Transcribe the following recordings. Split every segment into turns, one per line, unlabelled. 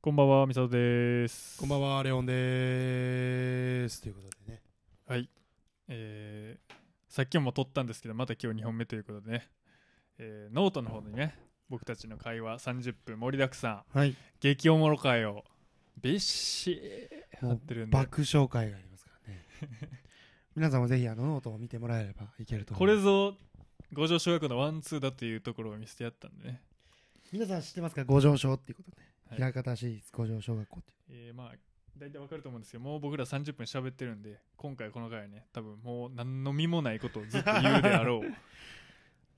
こんばんは、みさとです。
こんばんは、レオンでーす。ということでね。
えーさっきも撮ったんですけど、また今日2本目ということでね、えーノートの方にね、僕たちの会話30分盛りだくさん、
はい。
激おもろ会をびっしり
も
貼っ
う
てるんで、
爆笑会がありますから ね。皆さんもぜひあのノートを見てもらえればいけると思
こ
います。
れぞ五条小学校のワンツーだというところを見せてやったんでね、
皆さん知ってますか五条小っていうことね。
はい
平方市立五条小学校ってい
えーまあ、大体わかると思うんですけど、もう僕ら30分喋ってるんで、今回この回はね、多分もう何の身もないことをずっと言うであろう。
う。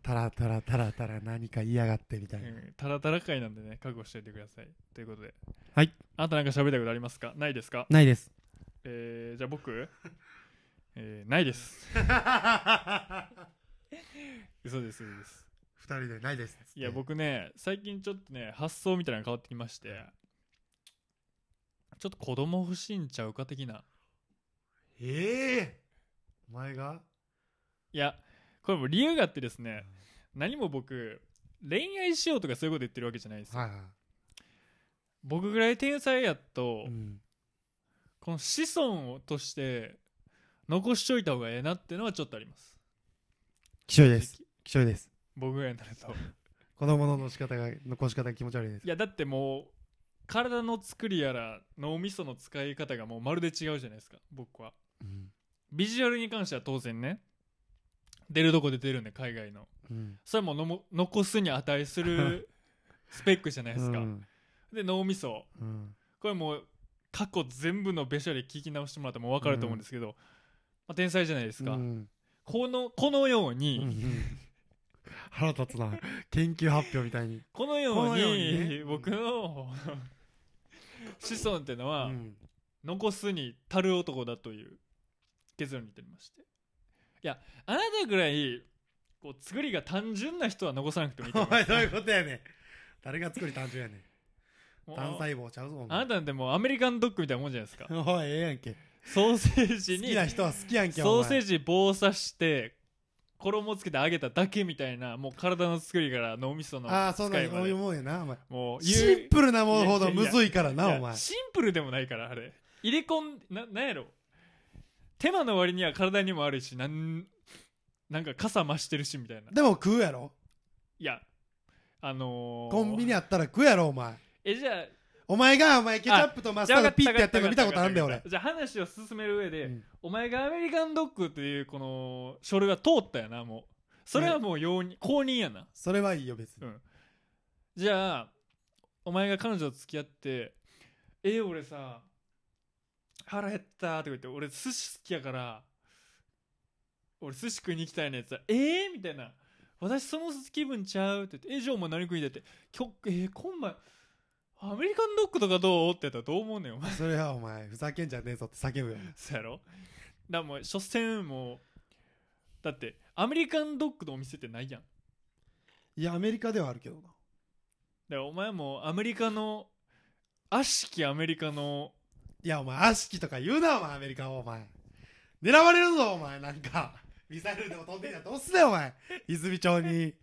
たらたらたらたら何か言いやがってみたいな。
うんたらたら会なんでね、覚悟しておいてください。ということで、
はい。
あなたなんか喋りたいことありますかないですか
ない です。
えー、じゃあ 僕、えー、ないです。嘘です、嘘です。
二人でないです。
いや、。僕ね、最近ちょっとね、発想みたいなの変わってきまして、ちょっと子供欲しいんちゃうか的な。
ええお前が
いや、これも理由があってですね、何も僕、恋愛しようとかそういうこと言ってるわけじゃないですよ。
はいは
僕ぐらい天才やと、
い。うん。
この子孫をとして残しといた方がええなっていうのはちょっとあります
きしょいです。きしょいです。
僕ぐらいになると
子供のの仕方が、残し方が気持ち悪いです
い。やだってもう体の作りやら脳みその使い方がもうまるで違うじゃないですか僕は
うん。
ビジュアルに関しては当然ね出るとこ出てるんで海外の
うん。
それはもうのも残すに値す るスペックじゃないですか、
うん
で脳みそ
うん。
これもう過去全部のべしゃり聞き直してもらったらもう分かると思うんですけど、まあ、天才じゃないですか、
うん
このこのように、
腹立つな研究発表みたいに、
このよ
こ
う
の
に
ようにね
僕の 子孫っていうのは、
うん
残すに足る男だという結論に至りましていやあなたぐらいこう作りが単純な人は残さなくてもいいと
お
思いま
前
す
どういうことやねん誰が作り単純やねん
もう
単細胞ちゃうぞお
あ
前
なたなんてもうアメリカンドッグみたいなもんじゃないですか
おいええやんけ
ソーセージ
好
に
きな人は好きやんけ
ソー
お
セー
前
ジ棒刺して衣つけて揚げただけみたいなもう体の作りから脳みその
ああそうな
使い
の
ま
そうい
で
うもんやなお前
もう言う
シンプルなものほど
いやい
む
や
ずいからない
や
お前
シンプルでもないからあれ入れ込んななんやろ手間の割には体にもあるしなんなんか傘増してるしみたいな
でも食うやろ
いやあのー、
コンビニあったら食うやろお前
えじゃ
お前がお前ケチャップとマ
あ
スタード
分
ピッ
か
てやって
た
るの見た
分
こ
か
と
た
あるんだよ
分か
俺
たじゃあ話を進める上で、
うん
お前がアメリカンドッグっていうこの書類は通ったやなもうそれはもう容認公認やな
それはいいよ別に
うんじゃあお前が彼女と付き合って「え俺さ腹減った」とか言って「俺寿司好きやから俺寿司食いに行きたいね」って言ったらえー?」みたいな「私その気分ちゃう」って言って「えじゃあお前何食いたい?」って「きょえー、今晩アメリカンドッグとかどう?」って言ったらどう思うねんお前
それはお前ふざけんじゃねえぞって叫ぶよ
そやろだからもう所詮もうだってアメリカンドッグのお店ってないやん
いやアメリカではあるけどな
だからお前もアメリカの悪しきアメリカの
いや、お前、悪しきとか言うな、お前、アメリカは、お前。狙われるぞ、お前、なんか。ミサイルでも飛んでんじゃんどうすね、お前。泉町 に。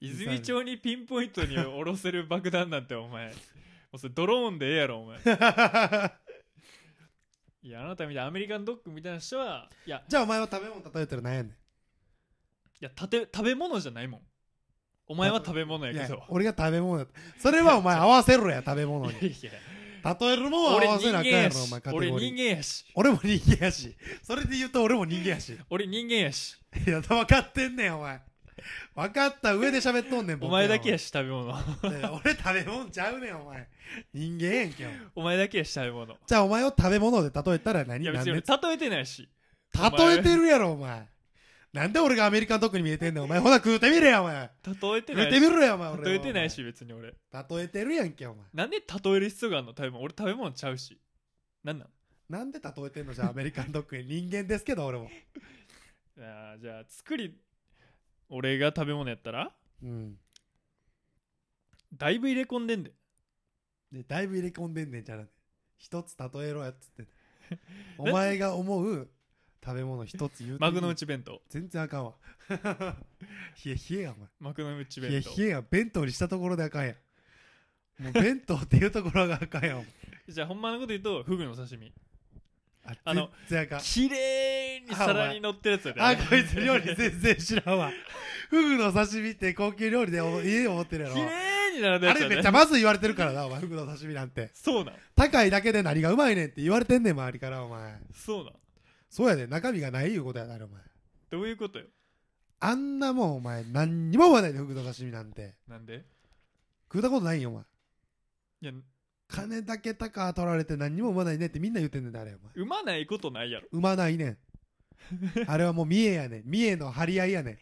泉町にピンポイントに下ろせる爆弾なんてお 前もうそれドローンでええやろお前いやあなたみたいなアメリカンドッグみたいな人はいや
じゃあ、お前は食べ物例えたら何やねん。
いやたて食べ物じゃないもんお前は食べ物や
い
け
や
ど
俺が食べ物だってそれは お前合わせろや食べ物
いや
に例
いや
えるもんは
俺
合わ
人
せな
間
あかんや
や
ろお
し
前カテゴリ
俺
ー
人間やし
俺も人間やしそれで言うと俺も人間やし
俺人間やし
いや分かってんねんお前分かった上で喋っとんねん
お前だけや
し
し食べ物
俺食べ物ちゃうねんお前人間やんけお前
お前だけやし食べ物
じゃあお前を食べ物で例えたら何
いや
なん
別に俺
で
例えてないし
例えてるやろお前なんで俺がアメリカンドッグに見えてんねんお前ほな食うてみれやお前
例えて
食
ない
うて
し
みろやお前俺を
例えてないし別に俺
例えてるやんけお前
なんで例える必要があるの食べ物俺食べ物ちゃうしなんなん
なんで例えてん のじゃあアメリカンドッグに人間ですけど俺も
あーじゃあ作り俺が食べ物やったら
うん
だいぶ入れ込んでんで
でだいぶ入れ込んでんねんじゃなくて一つ例えろやっつってんねんお前が思う食べ物一つ言うてみ
マグノムチ弁当
全然あかんわ 冷え冷えやお前
マグノムチ
冷え
弁当
冷えや弁当にしたところであかんやんもう弁当っていうところがあかん よ
じゃあほんまのこと言うとフグの刺身
あ
あの
全然あかん
綺麗に皿に乗ってるやつやで
あこいつ料理全然知らんわフグの刺身って高級料理でお家で思ってるやろ
綺麗に並べ
あ
やつ
れ
や
めっ
で
ちゃまず言われてるからなお前フグの刺身なんて
そうなん
高いだけで何がうまいねんって言われてんねん周りからお前
そうなん
そうやで中身がないいうことやなお前
どういうことよ
あんなもんお前何にも思わないでフグの刺身なんて
なんで
食うたことないんよお前
いや
金だけ高取られて何にも生まないねってみんな言ってんねんであれお前
産まないことないやろ
生まないねんあれはもう三重やねん三重の張り合いやねん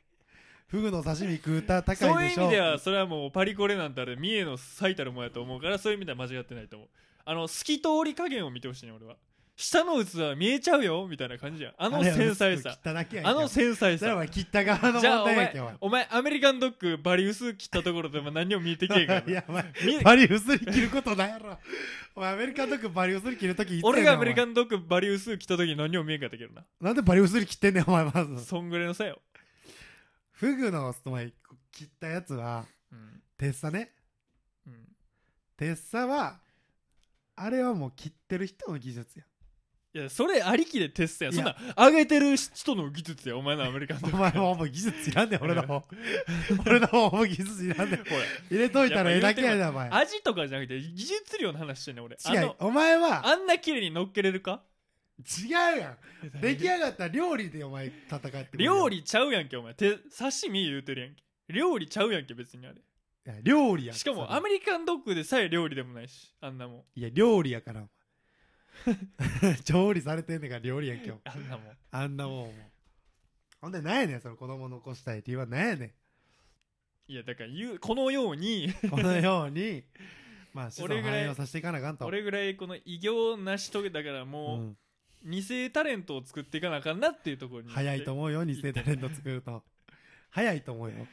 フグの刺身食うたら高
そうい
い
う
でし
意
ょ
味ではそれはもうパリコレなんてあれ三重の最たるもんやと思うからそういう意味では間違ってないと思うあの透き通り加減を見てほしいね俺は下の器見えちゃうよみたいな感じやんあの繊細さ
あれは薄く切っただけやん
あの繊細
それは
さ
お前切った側の問
じゃあお
題やんけお
前お前アメリカンドッグバリ薄切ったところでも何にも見えてけえから
前
な
いやお前
見え
バリ薄に切ることないやろお前アメリカンドッグバリ薄に切るときいつやねん
俺がア
お前
メリカンドッグバリ薄切った時何にも見えんかったけどな
なんでバリ薄に切ってんねんお前まず
そんぐらいのさよ、
フグのお前切ったやつは
うん
テッサね
うん
テッサはあれはもう切ってる人の技術や
いやそれありきでテストやん
い
そん
や
な上げてる人の技術やお前のアメリカ ンドッ
お
グ
前ももう技術いらんねん俺の 方俺の方もう技術いらんね
ほ
ん
ら
入れといたらええだけやなお前
味とかじゃなくて技術量の話してんねん俺あ
違う
の
お前は
あんな綺麗に乗っけれるか
違うやん出来上がった料理でお前戦ってくるよ
料理ちゃうやんけお前手刺身言うてるやんけ料理ちゃうやんけ別にあれ
いや料理やん
しか
そ
も
れ
アメリカンドッグでさえ料理でもないしあんなもん
いや料理やからお前 調理されてんねんから料理やん今日
あんなもん
あんなもんもうほんでなんやねんその子供残したいって言わなんやね
いやだから言うこのように
んこのようにまあ子孫
俺ぐらい
繁栄をさせていかなあかんと
俺ぐらいこの偉業を成し遂げたから
う
もう、
ん
二世タレントを作っていかなあかんなっていうところに
早いと思うよ2世タレント作る と早いと思うよ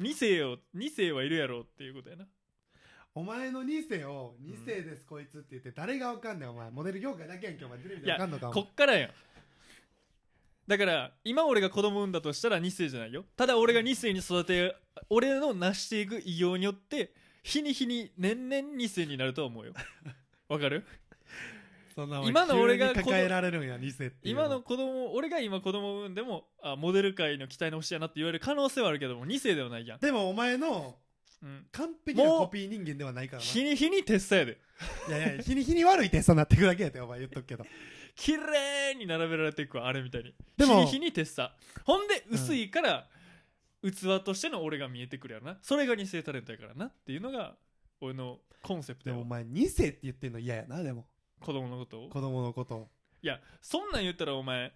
二世を二世はいるやろっていうことやな
お前の2世を2世ですこいつって言って誰がわかんねんお前モデル業界だけやんけお前テレビでわかんのかお前
こっからやんだから今俺が子供産んだとしたら2世じゃないよただ俺が2世に育て俺の成していく偉業によって日に日に年々2世になるとは思うよわかる
そんなお前
今の俺が
急に抱えられるんや2世って いう
今の子供俺が今子供を産んでもあモデル界の期待の星やなって言われる可能性はあるけども2世ではないやん、
でもお前の
うん、
完璧なコピー人間ではないから
日に日に鉄さやで
な。いやいや、日に日に悪いテストになってくだけやで、お前言っとくけど。
綺麗に並べられていくわあれみたいに
で
日
も
に日に鉄さほんで薄いから、器としての俺が見えてくるやろなそれが二世タレントやからなっていうのが俺のコンセプト
で
や
もお
わ
前2世って言ってんの嫌やな、でも。
子供のことを
子供のことを。
いやそんなん言ったらお前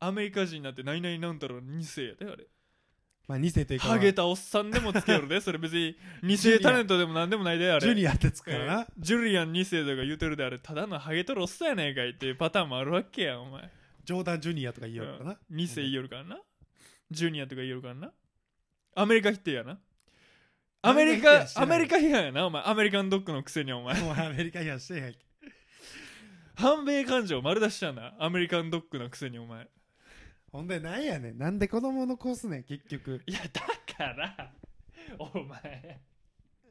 アメリカ人なんて何々なんだろう二世やであれ
まあ2世というか、
ハゲたおっさんでもつけよるでそれ別 に二世タレントでも何でもないであれ
ジュニアってつくから
え
な
ー。ジュリアン2世とか言うてるであれただのハゲとるおっさんやねえかいっていうパターンもあるわけやんお前
ジョーダンジュニアとか言うよな。
2世言えるからなジュニアとか言えるからなアメリカ否定やなアメリカア
ア
メ
メ
リ
リ
カ批判やなお前アメリカンドッグのくせにお前
お前アメリカ批判してへんやんけ。
反米感情丸出しやなアメリカンドッグのくせにお前
ほんでなんやねん。なんで子供残すねん、結局。
いやだからお前、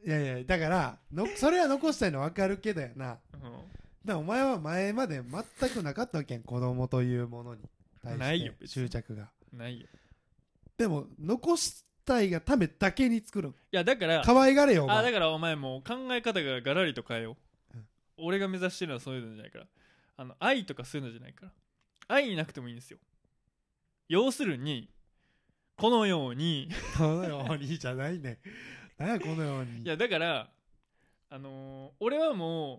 いやいや、だから、のそれは残したいの分かるけどやな。だからお前は前まで全くなかったわけやん、子供というものに対して。
ないよ別に
執着が。
うん、ないよ
でも、残したいがためだけに作るん。
いやだから
可愛がれよ、お前
あだからお前もう考え方がガラリと変えよう、
うん
俺が目指してるのはそういうのじゃないからあの愛とかそういうのじゃないから愛になくてもいいんですよ要するにこのように
このようにじゃないねん。なんやこのように。
いやだからあのー俺はも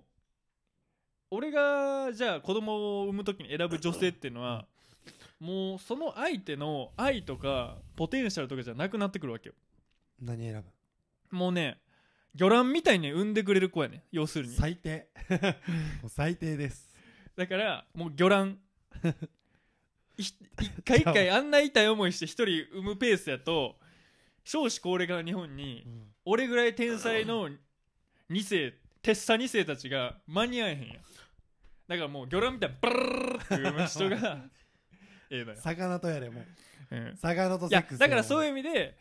う俺がじゃあ子供を産む時に選ぶ女性っていうのはもうその相手の愛とかポテンシャルとかじゃなくなってくるわけよ
何選
もうね魚卵みたいに産んでくれる子やね要す
ぶ
るに
最低。もう最低です。
だからもう魚卵い一回一回あんな痛い思いして一人産むペースやと少子高齢化の日本に俺ぐらい天才の2世鉄差2世たちが間に合えへんやだからもう魚卵みたいにブルルルルって産む人がええのよ、
魚とやれもう。
うん
魚と
い
セッ
や
クス
だからそういう
う。
意味で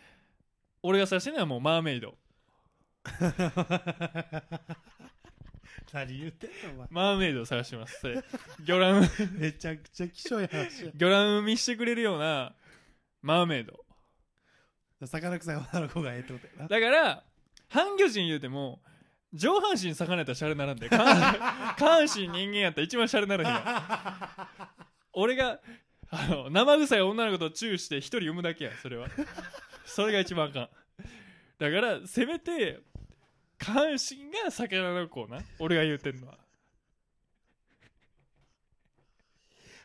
俺が指してるのはもうマーメイド
何言ってんの
マーメイドを探してますそれ魚卵
お前めちゃくちゃ気象や話や
魚卵見してくれるようなマーメイド
魚臭い女の子がええってことや な
だから半魚人言うても上半身魚やったらシャレならんで下 半下半身人間やったら一番シャレならへんやん俺があの生臭い女の子とチューして一人産むだけやそれはそれが一番あかんだからせめて下半身が魚の子な俺が言うてんのは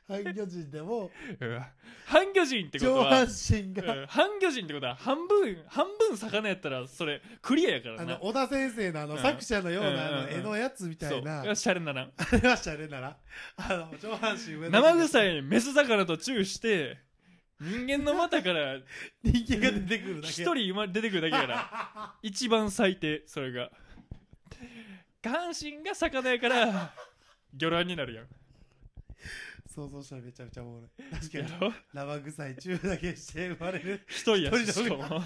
半魚人でも
うわ半魚人ってこと
上半
は
身
う
が、
ん半魚人ってことは半分半分魚やったらそれクリアやから
あ
な
の小田先生のあの、
うん
作者のような、
うん
あの絵のやつみた
そ
いうな、
がシャレならん
あれはしゃれならあの上半身上の
生臭いメス魚とチューして人間の股 から
人間が出てくるだけ
一人生まれ出てくるだけやから 一番最低それが下半身が魚やから魚卵になるやん
想像したらめちゃくちゃおもろい確か
や
に
ろ
生臭い中だけして生まれる
一人やし
一人
し
の
かも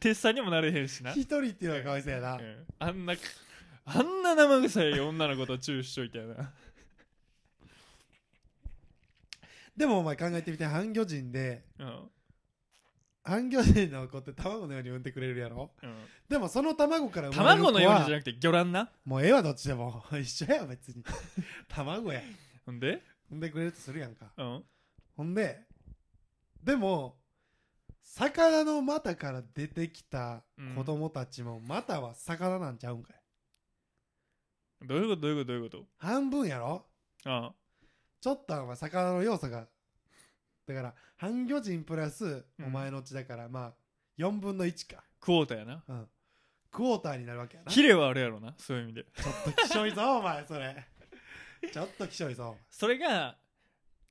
鉄さんにもなれへんし な、
一人っていうのがかわいそうやな、
うんあんなあんな生臭い女の子とチューしといたよな
でもお前考えてみて半魚人で
うん
半魚人の子って卵のように産んでくれるやろ
うん
でもその卵から生まれる
卵
子は
のようにじゃなくて魚卵な
もうええわどっちでも 一緒や別 に卵や
ほんで
産んでくれるとするやんか
うん
ほんででも魚の股から出てきた子供たちも、股は魚なんちゃうんかい
どういうことどういうことどういうこと
半分やろ
あ
ちょっとはお前魚の要素がだから半魚人プラス
うん
お前のうちだから、まあ4分の1か、
クォーターやな
うん、クォーターになるわけやな
ヒレはあるやろなそういう意味で
ちょっときしょいぞ、お前、それ。ちょっときしょいぞ。
それが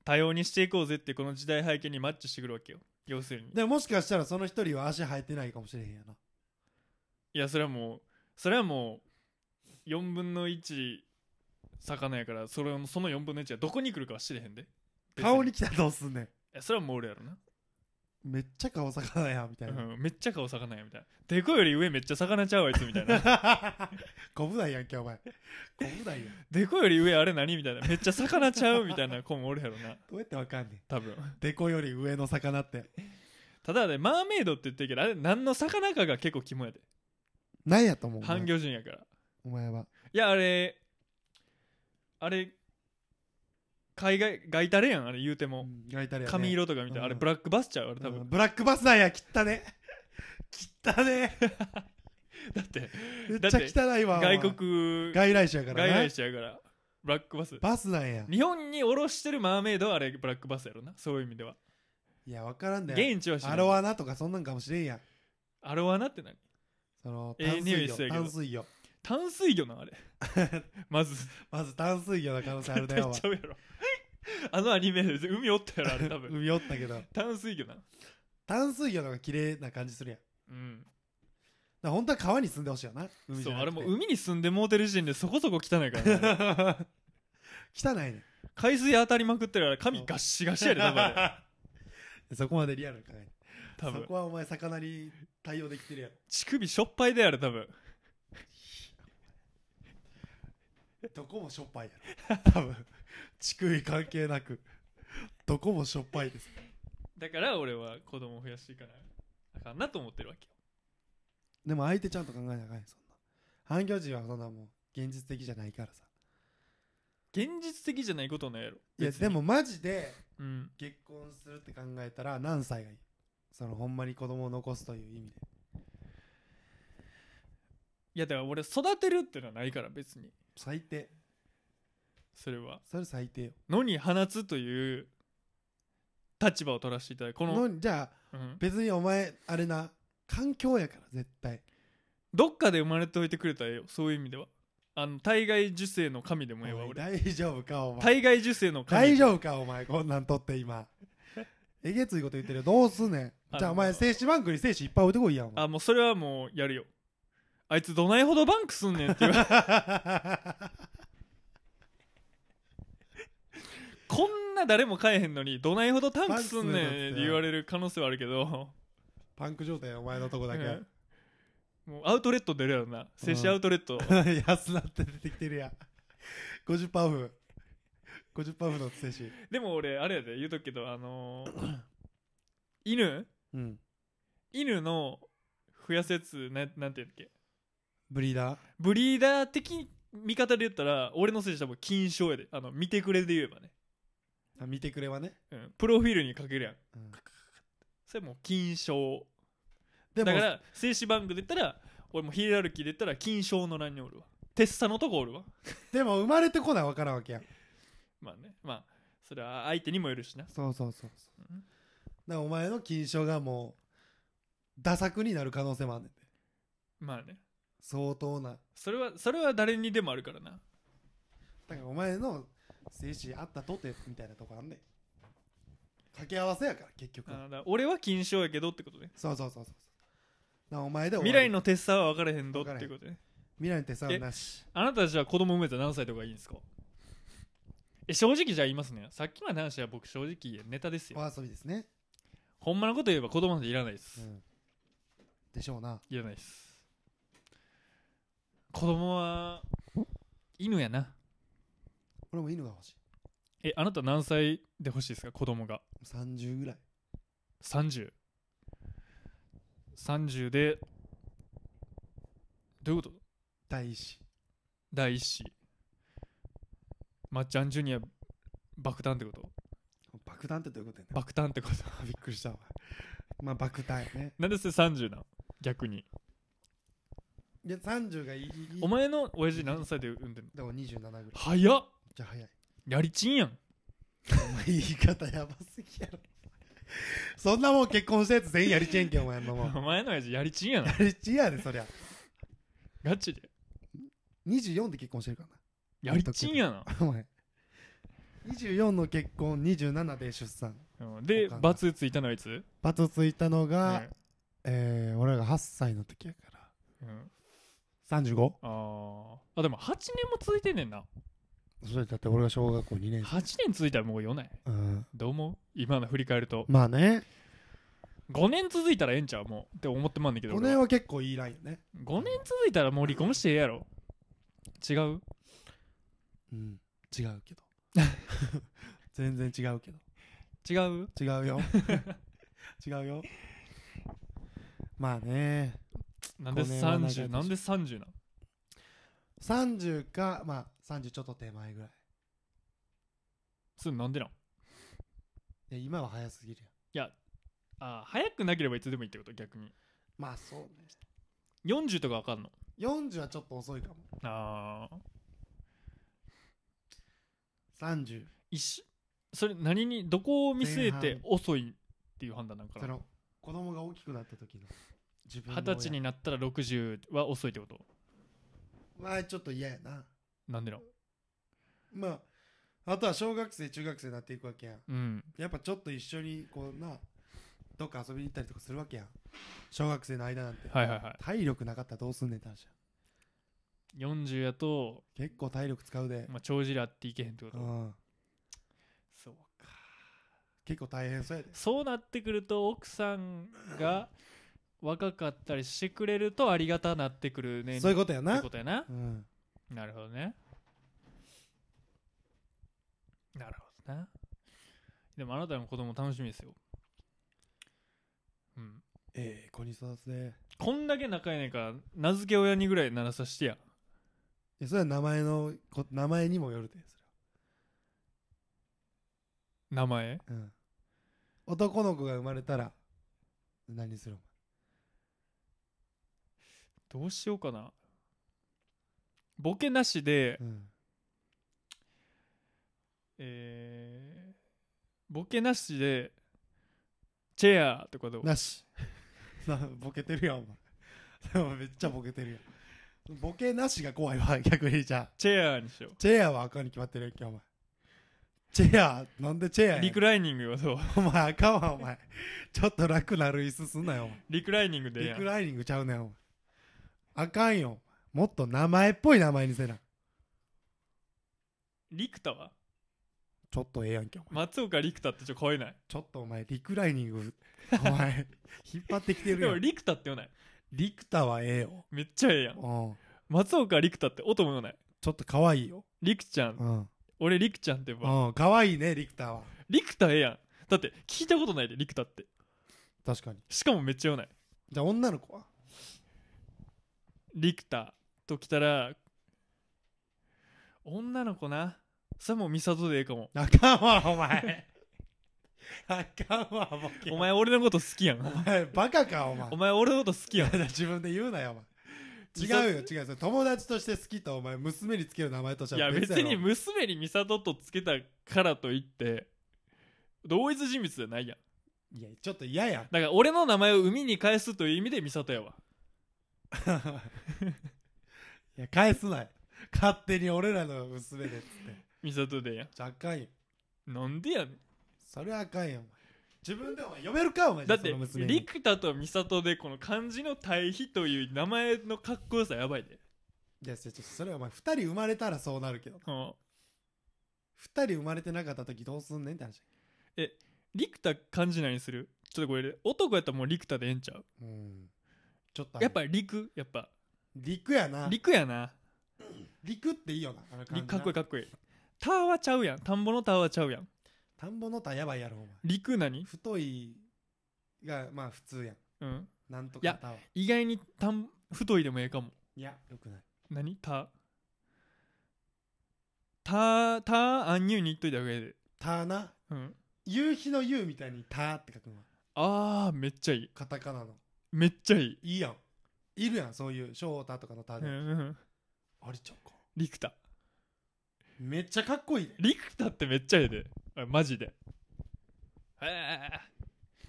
多様にしていこうぜってこの時代背景にマッチしてくるわけよ要するに
でももしかしたらその一人は足生えてないかもしれへんやな。
いやそれはもうそれはもう4分の1魚やからそれをその4分の1はどこに来るかは知れへんで別
顔に
い
来たらどうすんね
やそれはもう俺やろな、
ん。めっちゃ顔魚やん、みたい な。
うん、めっちゃ顔魚やみたいなでこより上めっちゃ魚ちゃうあいつみたい な
コブダイやんけ、お前。コブダイやん。
でこより上あれ何みたいなめっちゃ魚ちゃうみたいな子もおるやろな
どうやってわかんねん。
多分
デコより上の魚って。
ただねマーメイドって言ってるけどあれ何の魚かが結構肝やで
なんやと思うお前
半魚人やから
お前は。
いやあれあれ海外外タレやんあれ言うても、
うんがいたりやね
髪色とか見て、あれ
うん
ブラックバスちゃうあれ
う
多分、
んブラックバスなんや、切ったね。切ったね。
だって
めっちゃ汚いわ。お前
外。国
外来種やから
外
な
来。種やからブラックバス
バスなんや。
日本に降ろしてるマーメイドはあれブラックバスやろなそういう意味ではい
や、わからんだよ。
現地は知ら
ア
ない
ロアナとかそんなんかもしれんやん。
アロワナって何
その
ええ
淡
匂い
水
し
魚、
てるけど
淡水魚
淡水魚な あれまず
まず淡水魚の可能性ある
絶対
だよお
ち
前
ゃうやろあのアニメで海おったやろあれ多分
海おったけど
淡水魚な
淡水魚の方が綺麗な感じするやんだか
うん
ら本当は川に住んでほしいよな海じ
そ
ゃ
う
な
あれ
くて
も海に住んでもうてる時点でそこそこ汚いからねあれ
汚いね
海水当たりまくってるから髪ガッシガシやで多分 あれ
そこまでリアルに考え
多
そ
分
こはお前魚に対応できてるやろ
乳首しょっぱいであれ多分
どこもしょっぱい やろ多分地区関係なくどこもしょっぱいです
だから俺は子供を増やしていかないあかんなと思ってるわけよ
でも相手ちゃんと考えなあかんよそんな反響人はそんなもう現実的じゃないからさ
現実的じゃないことないやろ
いや
別に
でもマジで
うん
結婚するって考えたら何歳がいいそのほんまに子供を残すという意味で
いやだから俺育てるってのはないから別に
最低
それは
それ最低よ
野に放つという立場を取らせていただいてこの、
のじゃあ
うん
別にお前あれな環境やから絶対
どっかで生まれておいてくれたらええよそういう意味ではあの体外受精の神でもええわ
おい
俺
大丈夫かお前
体外受精の神
大丈夫かお前こんなんとって今 えげついこと言ってるよどうすんねん
あの
じゃあお前精子バンクに精子いっぱい置いてこいやお前
あもうそれはもうやるよあいつどないほどバンクすんねん って言わこんな誰も買えへんのにどないほどタンクすんねんって言われる可能性はあるけど
パンク状態やお前のとこだけ、
うんもうアウトレット出るやろな精子アウトレット、
安なって出てきてるやん50パーオフ50パーオフの精子
でも俺あれやで言うとくけどあのー犬
うん
犬の増やすやつなんなんて言うんだっけ
ブリーダー
ブリーダー的見方で言ったら俺の精子多分金賞やであの見てくれで言えばね、
あ見てくれはね、
うん、プロフィールに書けるやん
うん
それもう金賞
で
だ
も
から精子バンクで言ったら俺もヒエラルキーで言ったら金賞の欄におるわテッサのとこおるわ
でも生まれてこないわからんわけやん
まあねまあそれは相手にもよるしな
そうそうそうそう
うん
だからお前の金賞がもうダ作になる可能性もあんねんて
まあね
相当な
それはそれは誰にでもあるからな
だからお前の精子あったとてみたいなとこあんねん掛け合わせやから結
あ
局は
ーだから俺は金賞やけどってことね
そうそうそうそうそうだからお前で終
未
わり
来のテッサは分からへんどっていうことね
未来の手差はなし
あなたじゃあ子供産めたら何歳とかいいんですかえ正直じゃあ言いますねさっきまでの話は僕正直ネタです
お
よ
遊びですね、
ほんまのこと言えば子供なんていらないで
う
す、
ん、でしょうない
らないです子供は犬やな
俺も犬が欲しい
えあなた何歳で欲しいですか子供が
30ぐらい
3030でどういうこと
第一子
第一子まっちゃんジュニア爆弾ってこと
爆弾ってどういうことやね
爆弾ってこと
んびっくりしたわまあ爆弾やね
なんでそれ30なの逆に
で30がいい
お前の親父何歳で産んでんの
でも27ぐらい
早っ
じゃあ早い
やりちんやん
お前言い方やばすぎやろそんなもん結婚したやつ全員やりちえんけんお前ん のもん
お前の親父やりちんやな
やりちんやでそりゃ
ガチで
24で結婚してるか
やりちんやな
らなお前24の結婚27で出産
うんで
わかんない
バツついたのはいつ、
バツついたの
う
が、
ん
えー、俺らが8歳の時やか
うん
ら 35?
あーあでも8年も続いてんねんな
それだって俺が小学校2年生、
8年続いたらもう4年
うん、
どう思う今の振り返ると
まあね
5年続いたらええんちゃうもうって思ってまんねんけど
5
俺
年
は
は結構いいラインよね
5年続いたらもう離婚してええやろ違う
うん違うけど全然違うけど
違う
違うよ 違うよまあね
なんで
5年は長いでし
30
ょ
なんで30なの
30かまあ30ちょっと手前ぐらい
それなんでなん
いや今は早すぎるよ
あー早くなければいつでもいいってこと逆に
まあそうね
40とかわかんの
40はちょっと遅いかも
ああ
30
一緒それ何にどこを見据えて
前半
遅いっていう判断なんか
そ
な
の子供が大きくなった時の自分の
二
親
十歳になったら60は遅いってこと
まあちょっと嫌やな
なんでなん
まああとは小学生中学生になっていくわけやん
うん
やっぱちょっと一緒にこうなどっか遊びに行ったりとかするわけやん小学生の間なんて、
はいはいは
体力なかったらどうすんねんって話や
い40やと、
結構体力使うで、
まあ、帳尻あっていけへんってこと
うん、
そうか
結構大変そうやで
そうなってくると奥さんが若かったりしてくれるとありがたなってくるね
そういう
こ
ことやな
ってことやな
うん、
なるほどねなるほどなでもあなたの子供楽しみですようん
ええ子に育つで
こんだけ仲いいねんから名付け親にぐらいならさしてや
えそれは名前のこ名前にもよるで
名前
それは、うん、男の子が生まれたら何する
どうしようかなボケなしで
お前、うん、
えー、ボケなしでチェアとかどう
なし なボケてるやんお前 でもめっちゃボケてるやんボケなしが怖いわ逆にじゃあ
チェアにしよう
チェアはあかんに決まってるやんけお前チェアなんでチェアやね
リク
ん
ライニングはどう
お前あかんわお前ちょっと楽なる椅子すんなよお前
リクライニングでええ
リ
やん
クライニングちゃうねんお前あかんよもっと名前っぽい名前にせな
リクタは
ちょっとええやんけお前
松岡リクタってちょっと超えない
ちょっとお前リクライニング お前引っ張ってきてる
で
や
も
ん
リクタって言わない
陸太はええよ、
めっちゃええやん
うん、
松岡陸太って音もない
ちょっと可愛いよ、
陸ちゃん
うん
俺陸ちゃんって呼ば
うん、可愛いね陸太は
陸太ええやんだって聞いたことないで陸太って
確かに
しかもめっちゃよない
じゃあ女の子は
陸太ときたら女の子なそれはもう美里でええかも
あかんわお前 あかんわボケ
お前俺のこと好きや
お
ん
前バカかお前
お前俺のこと好きやん
自分で言うなよお前違うよ違うよそれ友達として好きとお前娘につける名前として
いや
は
別
別やろ
に娘に美里とつけたからといって同一人物じゃないやん
いやちょっと嫌や
だから俺の名前を海に返すという意味で美里やわ
いや返すなよ勝手に俺らの娘でっつって
美里でええや
じゃああかんよ
んなんでやねん
それはあかんよお前自分でお前呼べるかお前
だって
その娘に
陸太と美里でこの漢字の対比という名前のかっこよさやばいで
いやちょっとそれはお前2人生まれたらそうなるけど
うん
2人生まれてなかった時どうすんねんって話
陸太漢字何にするちょっとこれ男やったらもう陸太でええんちゃう
うんちょっとあれ
やっぱ陸やっぱ
陸やな
陸やな
陸っていいよなあの感じ
陸か
な
っこいいかっこいいタワーはちゃうやん田んぼのタワーはちゃうやん
田んぼの田やばいやろお前
陸何
太いがまあ普通やん
うん
なんと
いや
か田はい
意外に田ん太いでもええかも
やよくない
何タタタアンニューに言っといた方がええで
田な
うん
夕日の夕みたいに田って書くのは
あーめっちゃいい
カタカナの
めっちゃいい
いいやんいるやんそういう翔太とかの田
う
で、
んうん
あれちゃうか
陸太
めっちゃかっこいいで
陸太ってめっちゃええであマジでええ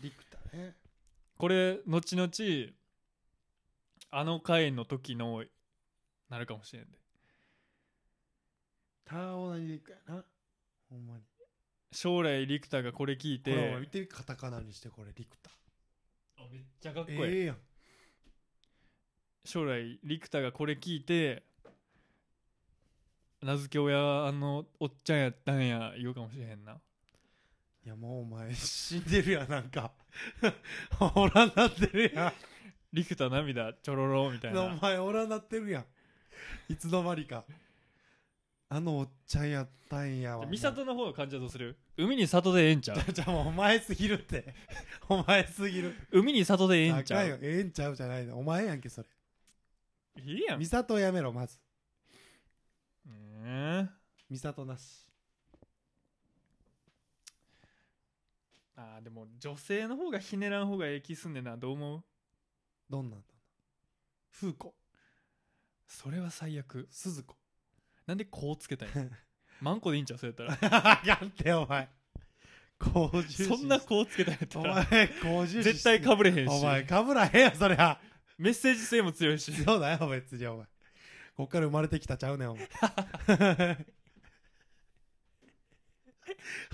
陸太ね
これ後々あの回の時のなるかもしれんで
田を何でいくやなほんまに
将来リクターがこれ聞い
これお前
て
見てカタカナにしてこれ陸太
あめっちゃかっこいい、
ええやん
将来リクターがこれ聞いて名付け親あのおっちゃんやったんや言うかもしれへんない
やもうお前死んでるやんなんかおらんなってるやん
リクター涙ちょろろみたい
お
な
前おらなってるやんいつの間にかあのおっちゃんやったんやわ
美里の方の感じはどうする海に里でええん ちゃう
じゃあもうお前すぎるってお前すぎる
海に里でええんちゃ
高いよ
う
ええんちゃうじゃないのお前やんけそれ
いいやん
美里やめろまず
うん
美里なし
あーでも女性の方がひねらん方がええ気すんねんなどう思う
どんなんだ風子
それは最悪
鈴子
なんでこうつけたい マンコでいいんちゃうそうやったら
あかんてお前高重視
そんなこうつけたいやった
お
ら
前高重視
絶対かぶれへん
お
し
前かぶらへんやそりゃ
メッセージ性も強 いし
そうだよ別にお前こっから生まれてきたちゃうねんお 前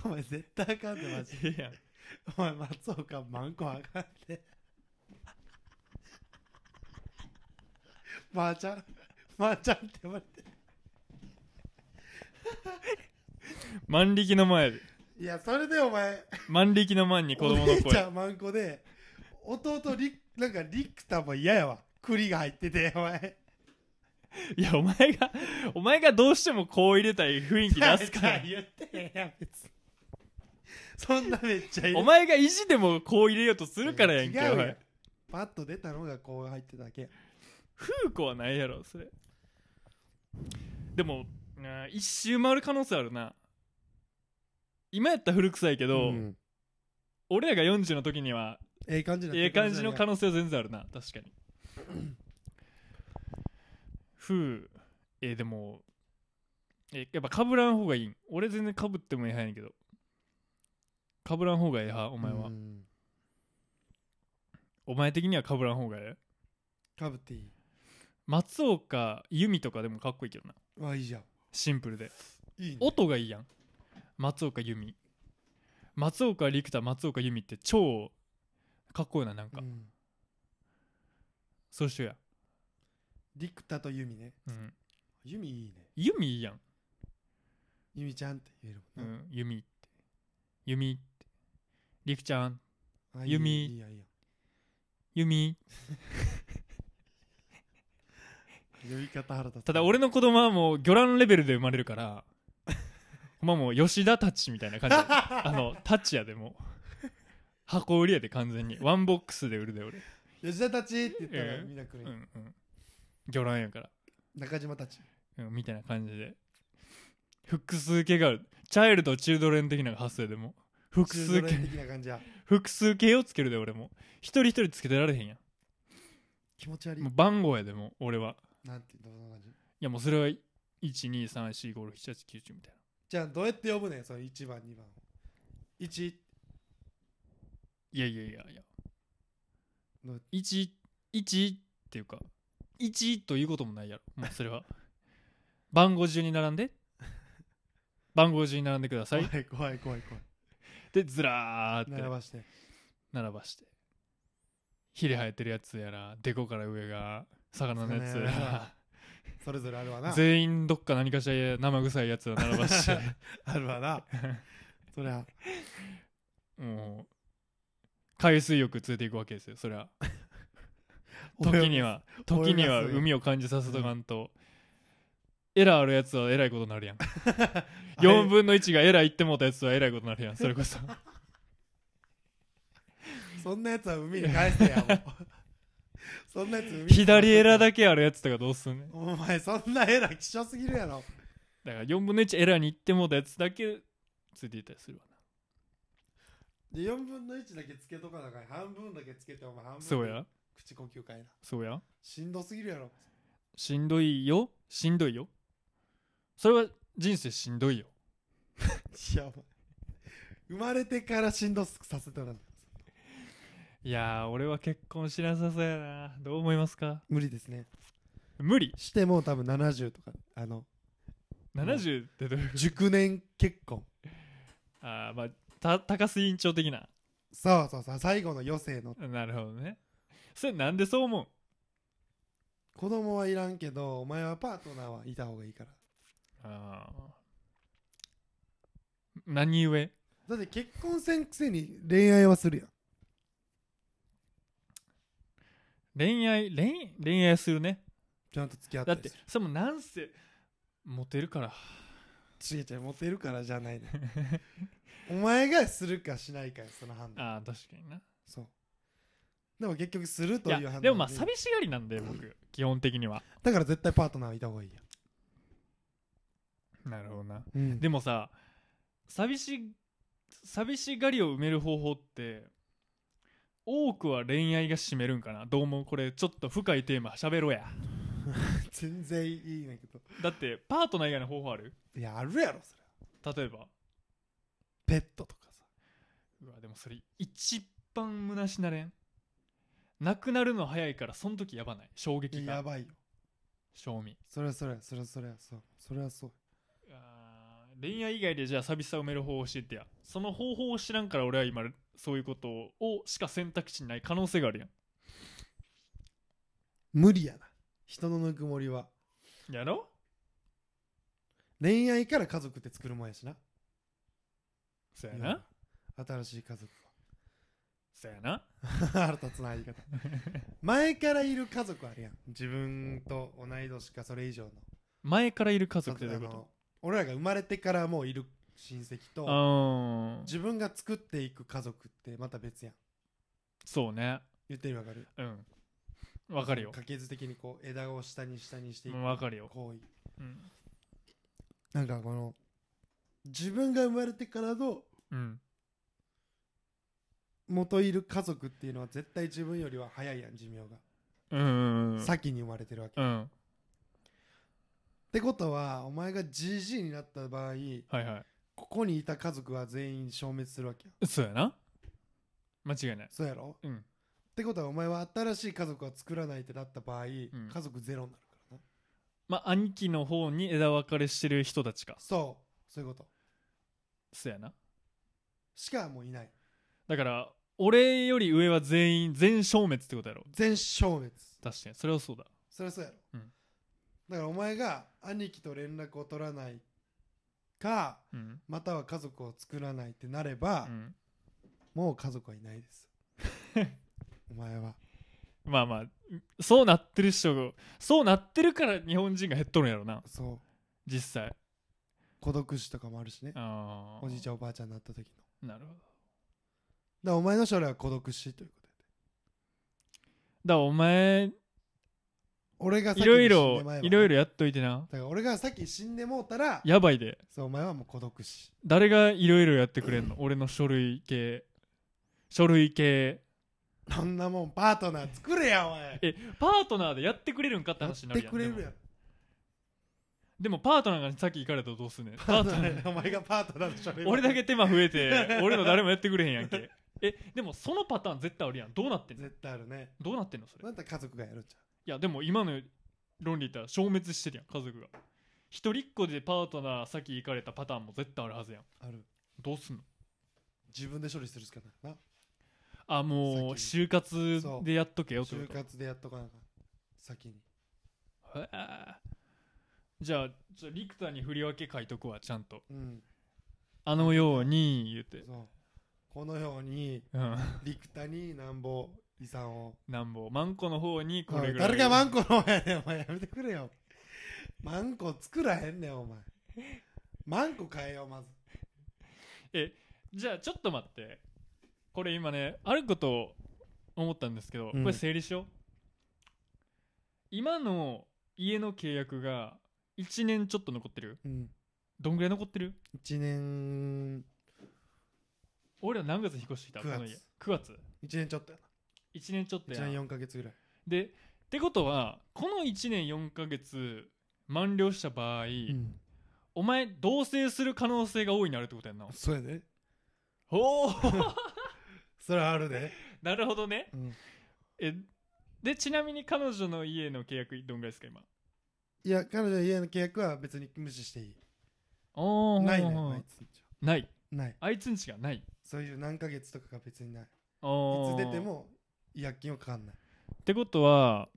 お前絶対あかんでマジ
いや
お前松岡マンコあかん でマーちゃんマーちゃんって呼ばれて
万力の前で
いやそれでお前
万力の前に 子供
お
の
姉ち
声
ゃんマンコで弟リなんかリクタも嫌やわ栗が入っててお前
いやお前がお前がどうしてもこう入れたい雰囲気出すから
言ってへんやん別にそんなめっちゃいる
お前が意地でもこう入れようとするからやんけ
違
お
う
前
パッと出たのがこう入ってただけ
風子はないやろそれでもなあ一周回る可能性あるな今やったら古臭いけど、
うん
俺らが40の時には
ええ感じになって
ええ
るかも
感
し
じ
れな
の
い
可能性は全然あるな確か にふうえーでもえやっぱかぶらん方がいいん俺全然かぶってもええはやねんけどかぶらん方がええはお前は、
うん
お前的にはかぶらん方がええ
かぶっていい
松岡由美とかでもかっこいいけどな
わいいじゃん
シンプルで
いいね
音がいいやん松岡由美松岡陸太松岡由美って超かっこいいななんか、
うん
そうしようや
リクタとユミね
うん
ユミいいね
由美いいやん
ユミちゃんって言える
う
もんな、
ん、弓って弓ってりくちゃん
あいい
ユミ
いいやいいや
弓
呼び方腹立つ
ただ俺の子供はもう魚卵レベルで生まれるからほんまもう吉田たちみたいな感じあのタッチやでもう箱売りやで完全にワンボックスで売るで俺
吉田たちって言ったら
うん
みんな来る
うんん
や
うん魚卵やから
中島たち
うんみたいな感じで複数形があるチャイルドチルドレン的なのが発生でもう複数
中ドレン
形
的な感じや
複数形をつけるで俺も一人一人つけてられへんや
気持ち悪
ん
い
もう番号やでもう俺は
なんてどんな感じ
いやもうそれは12345678910みたいな
じゃあどうやって呼ぶねんその1番2番を1
いやいやいやいや
の
11っていうか1ということもないやろもうそれは 番号順に並んで番号順に並んでくださ
怖
い
い怖い怖い怖い
でずらーって
並ばして
並ばしてヒレ生えてるやつやらデコから上が魚のやつや
魚や
ら
それぞれあるわ な
全員どっか何かしら生臭いやつら並ばして
あるわなそりゃ
もう海水浴連れていくわけですよそりゃ
俺
時に は時には
泳がす
海を感じさせとかんと、エラーあるやつはえらいことになるやん
あれ
4分の1がエラー行ってもうたやつはえらいことになる やんそれこそ
そんなやつは海に返せやもうそんなやつ海に返せ
左エラーだけあるやつとかどうすんねん
お前そんなエラ希少すぎるやろ
だから4分の1エラーに行ってもうたやつだけついていったりするわな
で4分の1だけつけとかなあかん半分だけつけてお前半分
そうや
口呼吸かいな
そうや
しんどすぎるやろ
しんどいよしんどいよそれは人生しんどいよ
いやお前生まれてからしんどくさせたら
いやー俺は結婚しなさそうやなどう思いますか
無理ですね
無理
してもう多分70とかあの
70ってどういうこと
熟年結婚
あーまあた高須委員長的な
そうそうそう最後の余生の
なるほどねそれなんでそう思う
子供はいらんけどお前はパートナーはいた方がいいから
あー何故
だって結婚せんくせに恋愛はするやん
恋愛恋恋愛するね
ちゃんと付き合った
だ
り
って
する
それもなんせモテるから
ちげちゃんモテるからじゃないね お前がするかしないかよその判断
あー確かにな
そうでも結局するという
い
判断
やでもまあ寂しがりなんで僕基本的には
だから絶対パートナーはいた方がいいや、
なるほどな
うん
でもさ寂し寂しがりを埋める方法って多くは恋愛が占めるんかなどうもこれちょっと深いテーマ喋ろうや
全然いいねんけど
だってパートナー以外の方法ある
いやあるやろそれ
例えば
ペットとかさ
うわでもそれ一番虚しなれんなくなるの早いからその時やばない衝撃
や
が
ばいよ
賞味
それはそれはそれはそれはそうそれはそう
あー恋愛以外でじゃあ寂しさを埋める方法を教えてやその方法を知らんから俺は今そういうことをしか選択肢にない可能性があるや
無理やな人のぬくもりは
んやろ
恋愛から家族って作るもんやしな
そやな
新しい家族
そやな
は腹立つな 言い方前からいる家族あるやん自分と同い年かそれ以上の
前からいる家族ってどういう
あ
こ
の俺らが生まれてからもういる親戚
と
と
あー
自分が作っていく家族ってまた別やん
そうね
言ってみわかる
うんわかるよ
家系図的にこう枝を下に下にしていく
わかるよ、
行為
うん
なんかこの自分が生まれてからの
うん、
元いる家族っていうのは絶対自分よりは早いやん寿命が、
うんうんうん
先に生まれてるわけ、
う
っ
ん
てことはお前がじじいになった場合
はいは
ここにいた家族は全員消滅するわけやん
いそうやな間違いない
そうやろっ
うん
てことはお前は新しい家族は作らないってなった場合、家族ゼロになるからな
まあ兄貴の方に枝分かれしてる人たちか
そうそういうこと
そうやな
しかもういない
だから俺より上は全員全消滅ってことやろ
全消滅
確かにそれはそうだ
そりゃそうやろ、
うん
だからお前が兄貴と連絡を取らないか
うん、
または家族を作らないってなれ
う
ば、
ん、
もう家族はいないですお前は
まあまあそうなってるっしょそうなってるから日本人が減っとるんやろな
そう
実際
孤独死とかもあるしね
あー
おじいちゃんおばあちゃんになった時のだ
な
か
るほど
らお前の将来は孤独死ということで
だからお前
俺が先
い
に
ろい
死ん
ろ
でまえば
いろいろやっといてな
だから俺がさっき死んでもうたら
やばいで
そうお前はもう孤独死
誰がいろいろやってくれんの俺の書類系書類系
そんなもんパートナー作れやお前
えパートナーでやってくれるんかって
や
話にな
っ
る
て
やん
くれる
で
や
も
ん
でもパートナーが先行かれたらどうすんねん
パートナーお前がパートナーでしょ
俺だけ手間増えて俺の誰もやってくれへんやん けえでもそのパターン絶対あるやんどうなってんの
絶対あるね
どうなってんのそれ
なんだ家族がやるんじ
いやでも今の論理言ったら消滅してるやん家族が一人っ子でパートナー先行かれたパターンも絶対あるはずやん
ゃんある
どうすんの
自分で処理するしかないな
あもう就活でやっとけよってこ
就
と
活でやっとかなあかん先に
へえじゃあじゃあ陸田に振り分け書いとくわちゃんと
うん
あのように言うて
そうこのように
うん
陸田になんぼ遺産を
なんぼマンコの方にこれぐらい
誰がマンコの前ねんお前やめてくれよマンコ作らへんねんお前マンコ変えようまず
じゃあちょっと待ってこれ今ねあることを思ったんですけど、
うん
これ整理しよう今の家の契約が1年ちょっと残ってる
うん
どんぐらい残ってる
1年
俺ら何月に引っ越してきた
9月
この家9月
1年ちょっとや
1年ちょっと
な
や
1
ん
年4ヶ月ぐらい
でってことはこの1年4ヶ月満了した場合、
うん
お前同棲する可能性が大いにあるってことやんな
そうやで
おお
それはあるで
なるほどね
うん
えでちなみに彼女の家の契約どんぐらいですか今
いや彼女の家の契約は別に無視していい
おー
ないね
ほうほう
あいつんち
ない
はない
あいつんちがないい
そういう何ヶ月とかが別にないい
つ
つ出ても違約金はかかんない
ってことは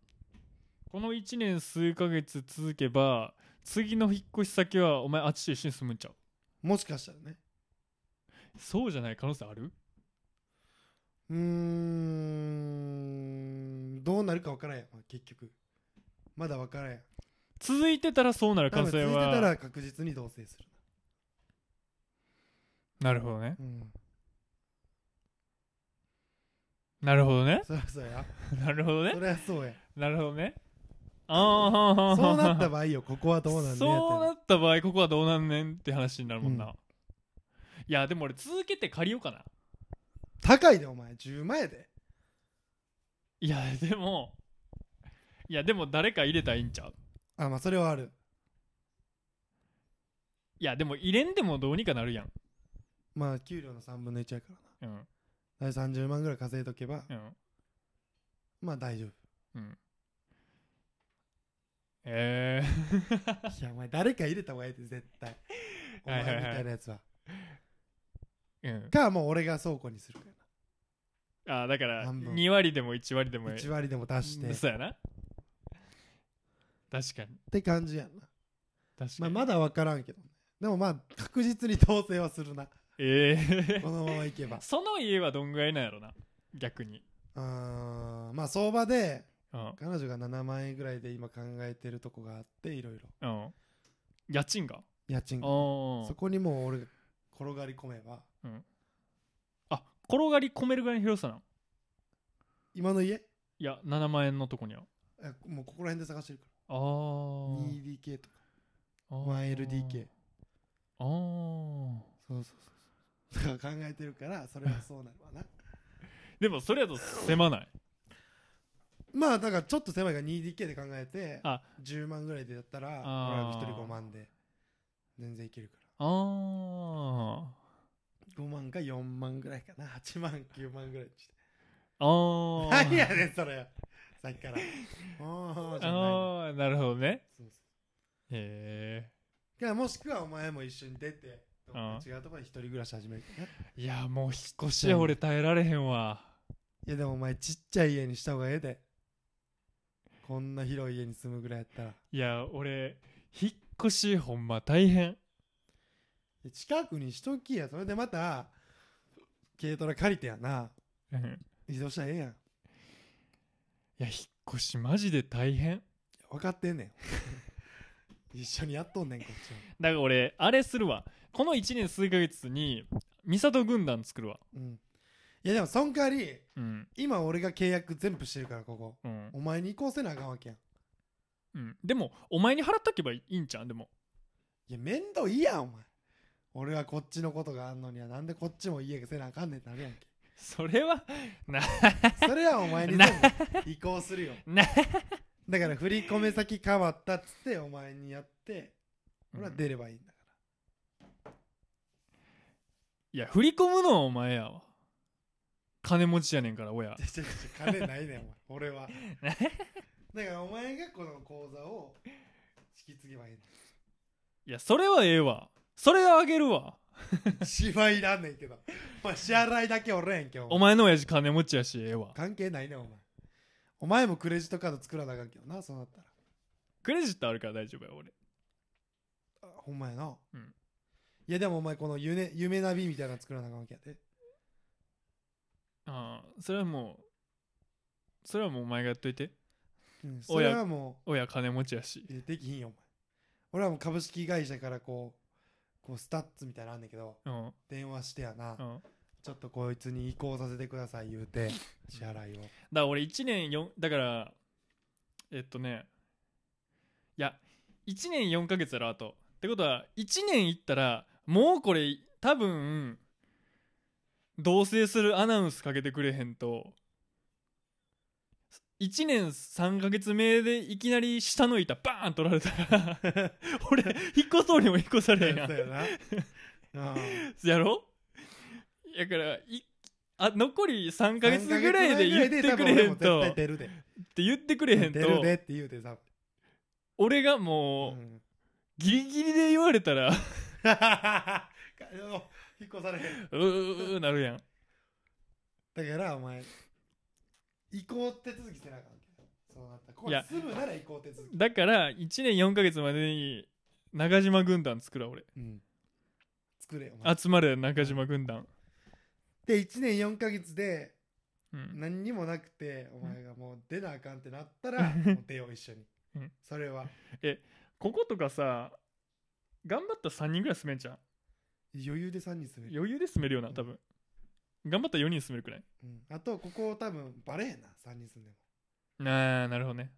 この1年数ヶ月続けば次の引っ越し先はお前あっちと一緒に住むんちゃう
もしかしたらね
そうじゃない可能性ある
うーんどうなるか分からんやん結局まだ分からんやん
続いてたらそうなる可
多
能
分
性
続いて
は
たら確実に同棲する
なるほどね
なうん
なるほどね
そりゃそうや
なるほどね
そりゃそ うや
なるほど ねああ
そ うなった場合よここはどうなんねや
そうな
っ
った場合ここはどうなんねんって話になるもんな、
うん
いやでも俺続けて借りようかな
て高いでお前10万やで
いやでもいやでも誰か入れたらいいんちゃう
あまあそれはある
いやでも入れんでもどうにかなるやん
まあ給料の3分の1やから
うん
なだい30万ぐらい稼いとけば
うん
まあ大丈夫
うんえー、
いやお前誰か入れた方がいいって絶対お前み
はいはいはい
たいなやつは
うん、
かもう俺が倉庫にするか
あだから
半分
2割でも1割で
ら
も
1割でも出してっ
そうやな確かに
て感じやんな、
確
ま
か
あ、
に、
まだ分からんけどねでもまあ確実に同棲はするな
ええ
このまま いけば
その家はどんぐらいなんやろな逆に
うーんまあ相場で
うん
彼女が7万円ぐらいで今考えてるとこがあっていろいろ
うん家賃が
家賃が
あ
そこにもう俺が転がり込めば
あ転がり込めるぐらいの広さなん
今の家
いや7万円のとこには
えもうここら辺で探してるか
あ
ら
ー
2DK とか
あー
1LDK
あー
そうそうそうそうだから考えてるからそれはそうなるわな
でもそれやと狭ない
まあだからちょっと狭いから 2DK で考えて
あ
10万ぐらいでやったら俺
あー
は1人5万で全然いけるか
あー
ら5万か4万ぐらいかな8万9万ぐらいにして
あー
何やねんそれさっきからああじゃないの
あーなるほどね
そうそ
へ
うだからもしくはお前も一緒に出てどっか違うところで一人暮らし始めるかない
えいやもう引っ越しは俺耐えられへんわ
やでもお前ちっちゃい家にした方がええでこんな広い家に住むぐらいやったら
いや俺引っ越しほんま大変
近くにしときやそれでまた軽トラ借りてやな
うん
移動したらええやん
や引っ越しマジで大変
分かってんねん 一緒にやっとんねんこっちは
だから俺あれするわこの1年数ヶ月に美里軍団作るわ
うんいやでもそん代わり
うん
今俺が契約全部してるからここ
うん、
お前に移行せなあかんわけやん
うん、でもお前に払ったけばいいんじゃんでも
いや面倒いいやんお前俺はこっちのことがあんのにはなんでこっちも家せなあかんねんってなるやんけ
それは
それはお前に全部移行するよ
な
だから振り込め先変わったっつってお前にやって俺は出ればいいんだか
いや振り込むのはお前やわ金持ちやねんから親
ら、ちょちょちょ金ないねんお前俺はだからお前がこの口座を引き継げばいいんだ
いやそれはええわそれはあげるわ
一番いらんねんけどお前支払いだけおれんけお前
お前の親父金持ちやしええわ
関係ないねんお前お前もクレジットカード作らなあかんけどなそうなったら
クレジットあるから大丈夫や俺
あほんまやな、
うん
いやでもお前この夢夢ナビみたいなの作らなあかんわけやで
ああそれはもうそれはもうお前がやっといて
うんそれはも
親金持ちやし
うえできひんよお前俺はもう株式会社からこうこうスタッツみたいなのあんねんけど
うん
電話してやな、
うんだか
ちょっとこいつに移行させてください言うて支払 いを
ら俺1年4だからえっとねいや1年4ヶ月やろあとってことは1年いったらもうこれ多分同棲するアナウンスかけてくれへんと1年3ヶ月目でいきなり下の板バーン取られたら 俺引っ越そうにも引っ越されへんやん
そうや なうん
やろだからいあ残り3ヶ月ぐらいで言ってく
三ヶ月ぐら
れ
いで
へんと
多分俺も絶対
っ
出るで
て言ってくれへんと
出るでって言うてさ、
俺が
うん
もう、 ギリギリで言われたらう
引っ越されへん
ーうーうーなるやん
だからお前移行手続きしてなあかんわけそうなったこ
い
れ
や
すぐなら移行手続き
だから1年4ヶ月までに中島軍団作ろう俺
うん作れよお前
集まれ中島軍団
で1年4ヶ月で
うん
何にもなくてお前がもう出なあかんってなっ たら
うん
もう出よう一緒に
うん
それは
こことかさ頑張ったら3人ぐらい住めんじゃん
余裕で3人住める、
余裕で住めるよな多分頑張ったら4人住めるくらい
うん、あとここ多分バレへんな3人住んでも
あーなるほどね
だか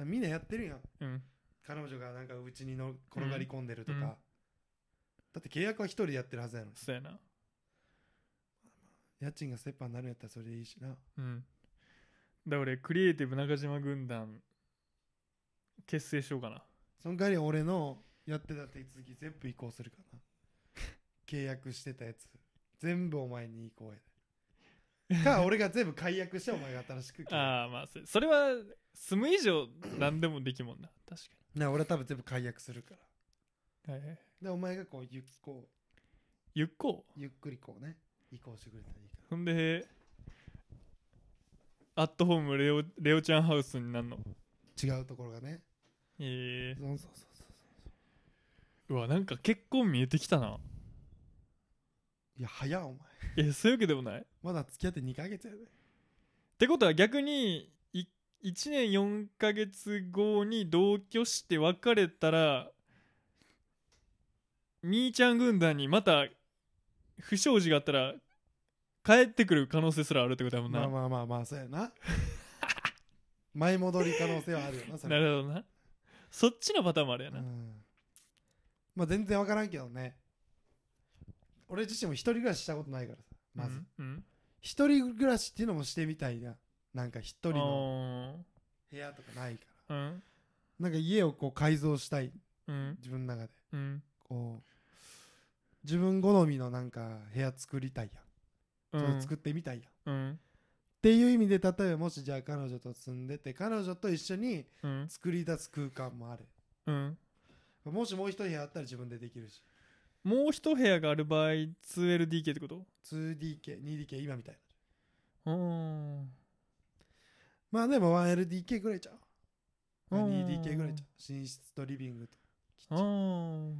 らみんなやってるやん
うん
彼女がなんかうちにの転がり込んでるとか、
うんうん
だって契約は一人でやってるはずやのに
そうやな
家賃が折半になるんやったらそれでいいしな
うん。だから俺、クリエイティブ中島軍団、結成しようかな。
その代わり俺のやってた手続き全部移行するからな契約してたやつ全部お前に移行やでか俺が全部解約してお前が新しく契約
ああ、まあ、そそれは、住む以上、何でもできもんな。確か
な俺は多分全部解約するから
に。はいはい。
でお前がこうゆっこう
ゆっこ
ゆっくりこうね移行してくれたらいいか
う。ほんで、アットホームレオ、レオちゃんハウスになんの。
ら違うところがね
ええ
そうそうそうそう
うわ、なんか結構見えてきたな。
いや早っお前
え、そういうわけでもない。っ
まだ付き合って2ヶ月やで
てことは逆に、い1年4ヶ月後に同居して別れたら、みーちゃん軍団にまた不祥事があったら帰ってくる可能性すらあるってことだもんな。
まあまあまあまあそうやな前戻り可能性はあるよなそれ
なるほどな。そっちのパターンもあるやな。
うんまあ全然分からんけどね俺自身も一人暮らししたことないからさまず、
うん。うん
一人暮らしっていうのもしてみたいななんか一人の部屋とかないか
あーうん。
らなんか家をこう改造したい
うん。
自分の中で
うん。
こう自分好みのなんか部屋作りたいやん、それ作ってみたいやんっ
うん。
ていう意味で例えばもしじゃあ彼女と住んでて彼女と一緒に
うん。
作り出す空間もある
うん。
もしもう一部屋あったら自分でできるし
もう一部屋がある場合、2LDK ってこと
2DK、2DK 今みたいな。
うん。
まあでも 1LDK ぐらいちゃう。
うん
2DK ぐらいちゃう。寝室とリビングとキッチン
うん。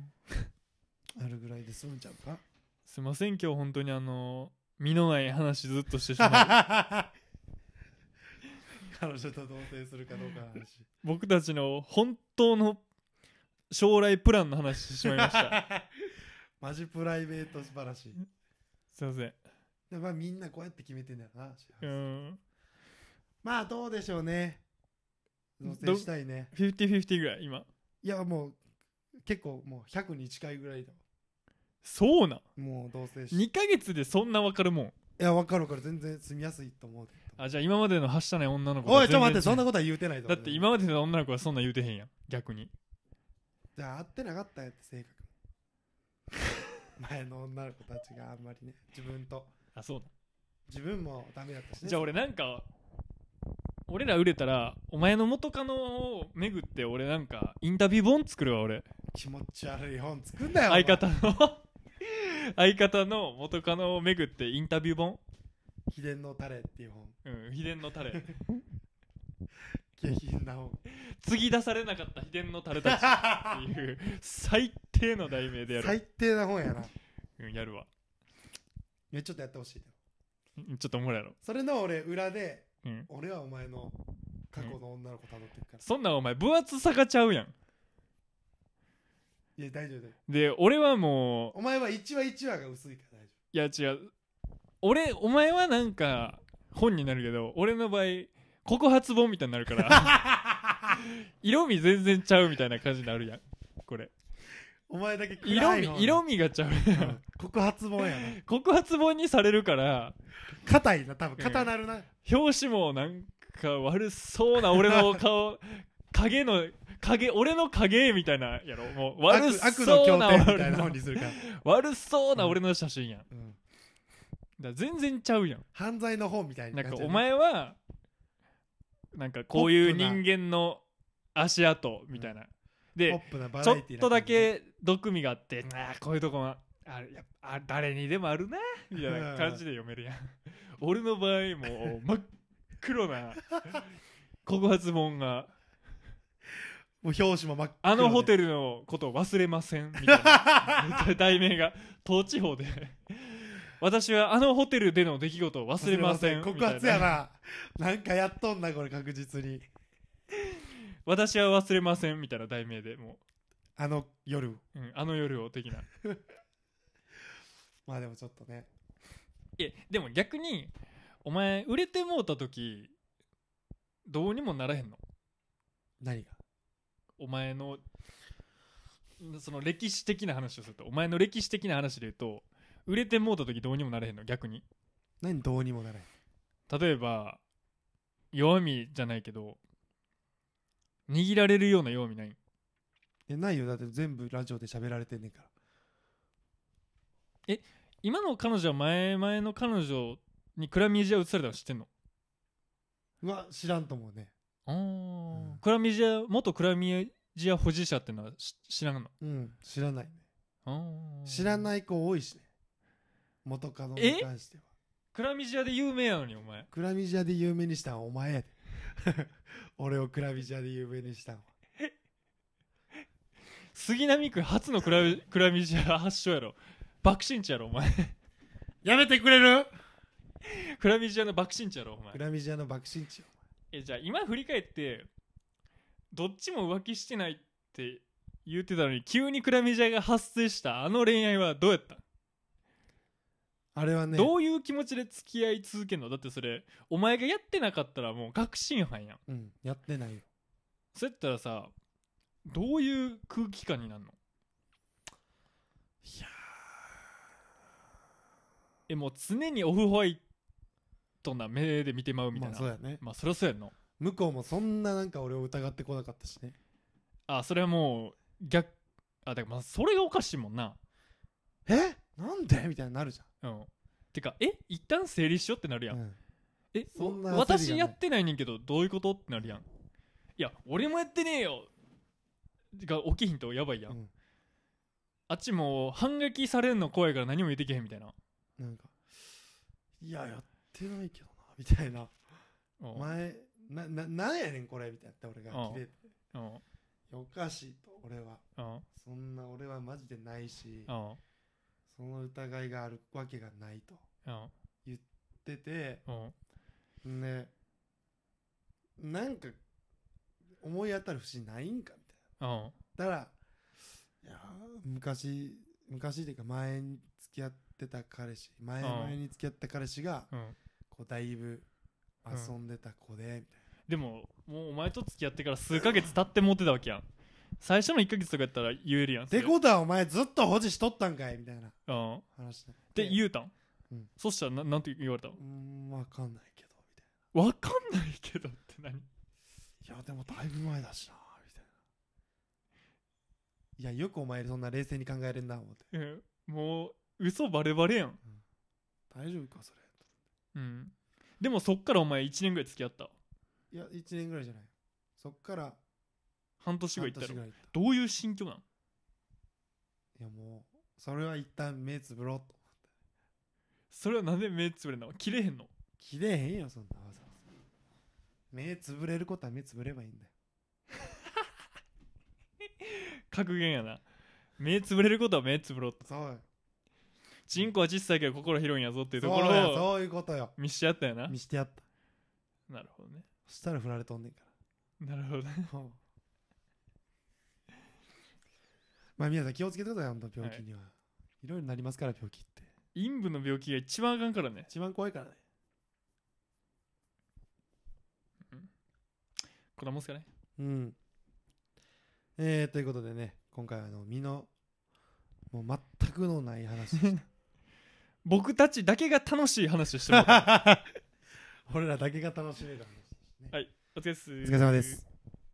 あるぐらいで済むんちゃうか
すいません今日本当 にあの身のない話ずっとしてしまい
悲 彼女と同棲するかどうかの話
僕たちの本当の将来プランの話してしまいました
マジプライベート素晴らしい
すいません
でまあみんなこうやって決めてんだよな、
うん
まあどうでしょうね同
ど
棲したいね
50-50ぐらい今
いやもう結構もう100に近いぐらいだわ
そうなん
もう同棲しい
2ヶ月でそんな分かるもん
や分かるから全然住みやすいと思う
あじゃあ今までのはしたない女の子が
おいちょっと待ってそ
全
んな
然
ことは言うてないと
だって今までの女の子はそんな言うてへんやん逆に
じゃあ会ってなかったんやって性格 前の女の子たちがあんまりね自分と
あそうだ
自分もダメだったしね
じゃあ俺なんか俺ら売れたらお前の元カノを巡って俺なんかインタビュー本作るわ俺
気持ち悪い本作んなよお前
相方の 相方の元カノを巡ってインタビュー本
秘伝のタレっていう本
うん秘伝のタレ
下品な本
継ぎ出されなかった秘伝のタレたちっていう最低の題 名でやる、
最低な本やな
うん、やるわ
いやちょっとやってほしい
うんちょっとおもろいやろ、
それの俺裏で
うん、
俺はお前の過去の女の子たどっていくから、
そんなんお前分厚さがちゃうやん
いや大丈夫だよ
で俺はもう
お前は1話1話が薄いから大丈
いや違う俺お前はなんか本になるけど俺の場合告発本みたいになるから 色味全然ちゃうみたいな感じになるやんこれ
夫お前だけ暗い
色
本
味色味がちゃうや
うん
ん
告発本やな
告発本にされるから
硬いな多分硬なるな、
表紙もなんか悪そうな俺の 顔影の影俺の影みたいなやろもう悪
悪悪の
そう
経
な
典みたいな
俺の
本にするから、
悪そうな俺の写真やんだか
うん
ら全然ちゃうやん
犯罪の本みたいな
なん
感
か
じ
お前はなんかこういう人間の足跡みたいな、
ポ
で
ップなバ
ち
ラ
ょっ
エティな感じ
とだけ毒味があって、ああこういうとこもあれやっぱあ誰にでもあるなみたいな感じで読めるやん俺の場合もう真っ黒 な告発文が
もう表紙も真っ
「あのホ
ル
テルのことを忘れません」みたい な題名が東地方で「私はあのホテルでの出来事を忘れません」みたい
告発やななんかやっとんなこれ確実に
私は忘れませんみたいな題名でも
あの夜
う、うん、あの夜を的な
まあでもちょっとね
いやでも逆にお前売れてもうた時どうにもならへんの
何が
お前のその歴史的な話をするとお前の歴史的な話で言うと売れてもうた時どうにもなれへんの逆に
何どうにもならない
例えば弱みじゃないけど握られるような弱みない
えないよだって全部ラジオで喋られてんねんから
今の彼女は前々の彼女にクラミジア移されたの知ってんの
うわ知らんと思うね
あ
うん
ークラミジア元クラミジア保持者ってのはし知らんの
うん知らないね
あー
知らない子多いしね元カノに関しては
クラミジアで有名やのにお前
クラミジアで有名にしたんはお前やで 俺をクラミジアで有名にしたんは
杉並区初のクラ クラミジア発祥やろ爆心地やろお前
やめてくれる
クラミジアの爆心地やろお前
クラミジアの爆心地よ
えじゃあ今振り返ってどっちも浮気してないって言ってたのに急にクラミジアが発生したあの恋愛はどうやったん、
あれはね
どういう気持ちで付き合い続けんのだってそれお前がやってなかったらもう確信犯やん
うんやってないよ
そうやったらさどういう空気感になるの
いや
えもう常にオフホワイトな目で見てまうみたい
ま
な、
あそうやね
まあそりゃそうやんの
向こうもそんななんか俺を疑ってこなかったしね
あそれはもう逆あだからまあそれがおかしいもんな
えなんでみたいになるじ
うんてかえ一旦整理しようってなるや
ゃん、
ん、
うん
え
そんな焦りがない
私やってないねんけどどういうことってなるやんいや俺もやってねえよが起きひんとやばいやん、
うん
あっちも反撃されんの怖いから何も言ってけへんみたいな、
なんかいややってないけどなみたいな
うん
お前なななんやねんこれみたいな俺が
うん
切れて
うん
おかしいと俺は
うん
そんな俺はマジでないし
うん
その疑いがあるわけがないと
うん
出て
うん
ねなんか思い当たる節ないんかみたい
うん
なだからいやー昔昔っていうか前に付き合ってた彼氏前
うん
前に付き合った彼氏が
うん
こうだいぶ
うん
遊んでた子でみたいな
でももうお前と付き合ってから数ヶ月経ってモテたわけやん最初の1ヶ月とかやったら言えるやんそ
て
れ
ことはお前ずっと保持しとったんかいみたいな
うん
話ね
で言うたん、
うん
そしたらななんて言われたの
うーんわかんないけどみ
わかんないけどって何
たいないやでもだいぶ前だしなみたいないやよくお前そんな冷静に考えれんな思って
うんもう嘘バレバレやん、
大丈夫かそれ
うん、でもそっからお前1年ぐらい付き合った
いや1年ぐらいじゃないそっから
半年ぐら
半
い行っ
年
た
ぐ
ろ
らい行った
どういう心境なん
いやもうそれは一旦目つぶろうと
それはなんで目つぶれんの切れへんの
切れへんよそんなわざわざ目つぶれることは目つぶればいいんだよ
格言やな目つぶれることは目つぶろうと
そうよ
人口は小さいけど心広いんやぞっていうとこ
そうよ
ろを
そういうことよ
見し合ったよな
見してやった
なるほどね
そしたら振られとんねんか
なるほどね
らうんまあ皆さん気をつけてください本当病気には、い、ろいろなりますから病気って
陰部の病気が一番あかんからね
一番怖いからね
こんなもんすかね
うんえー、ということでね今回はあの身のもう全くのない話でした
僕たちだけが楽しい話を してもらった
俺らだけが楽しめる話ですね。
はいお疲れっす
お疲れ様です。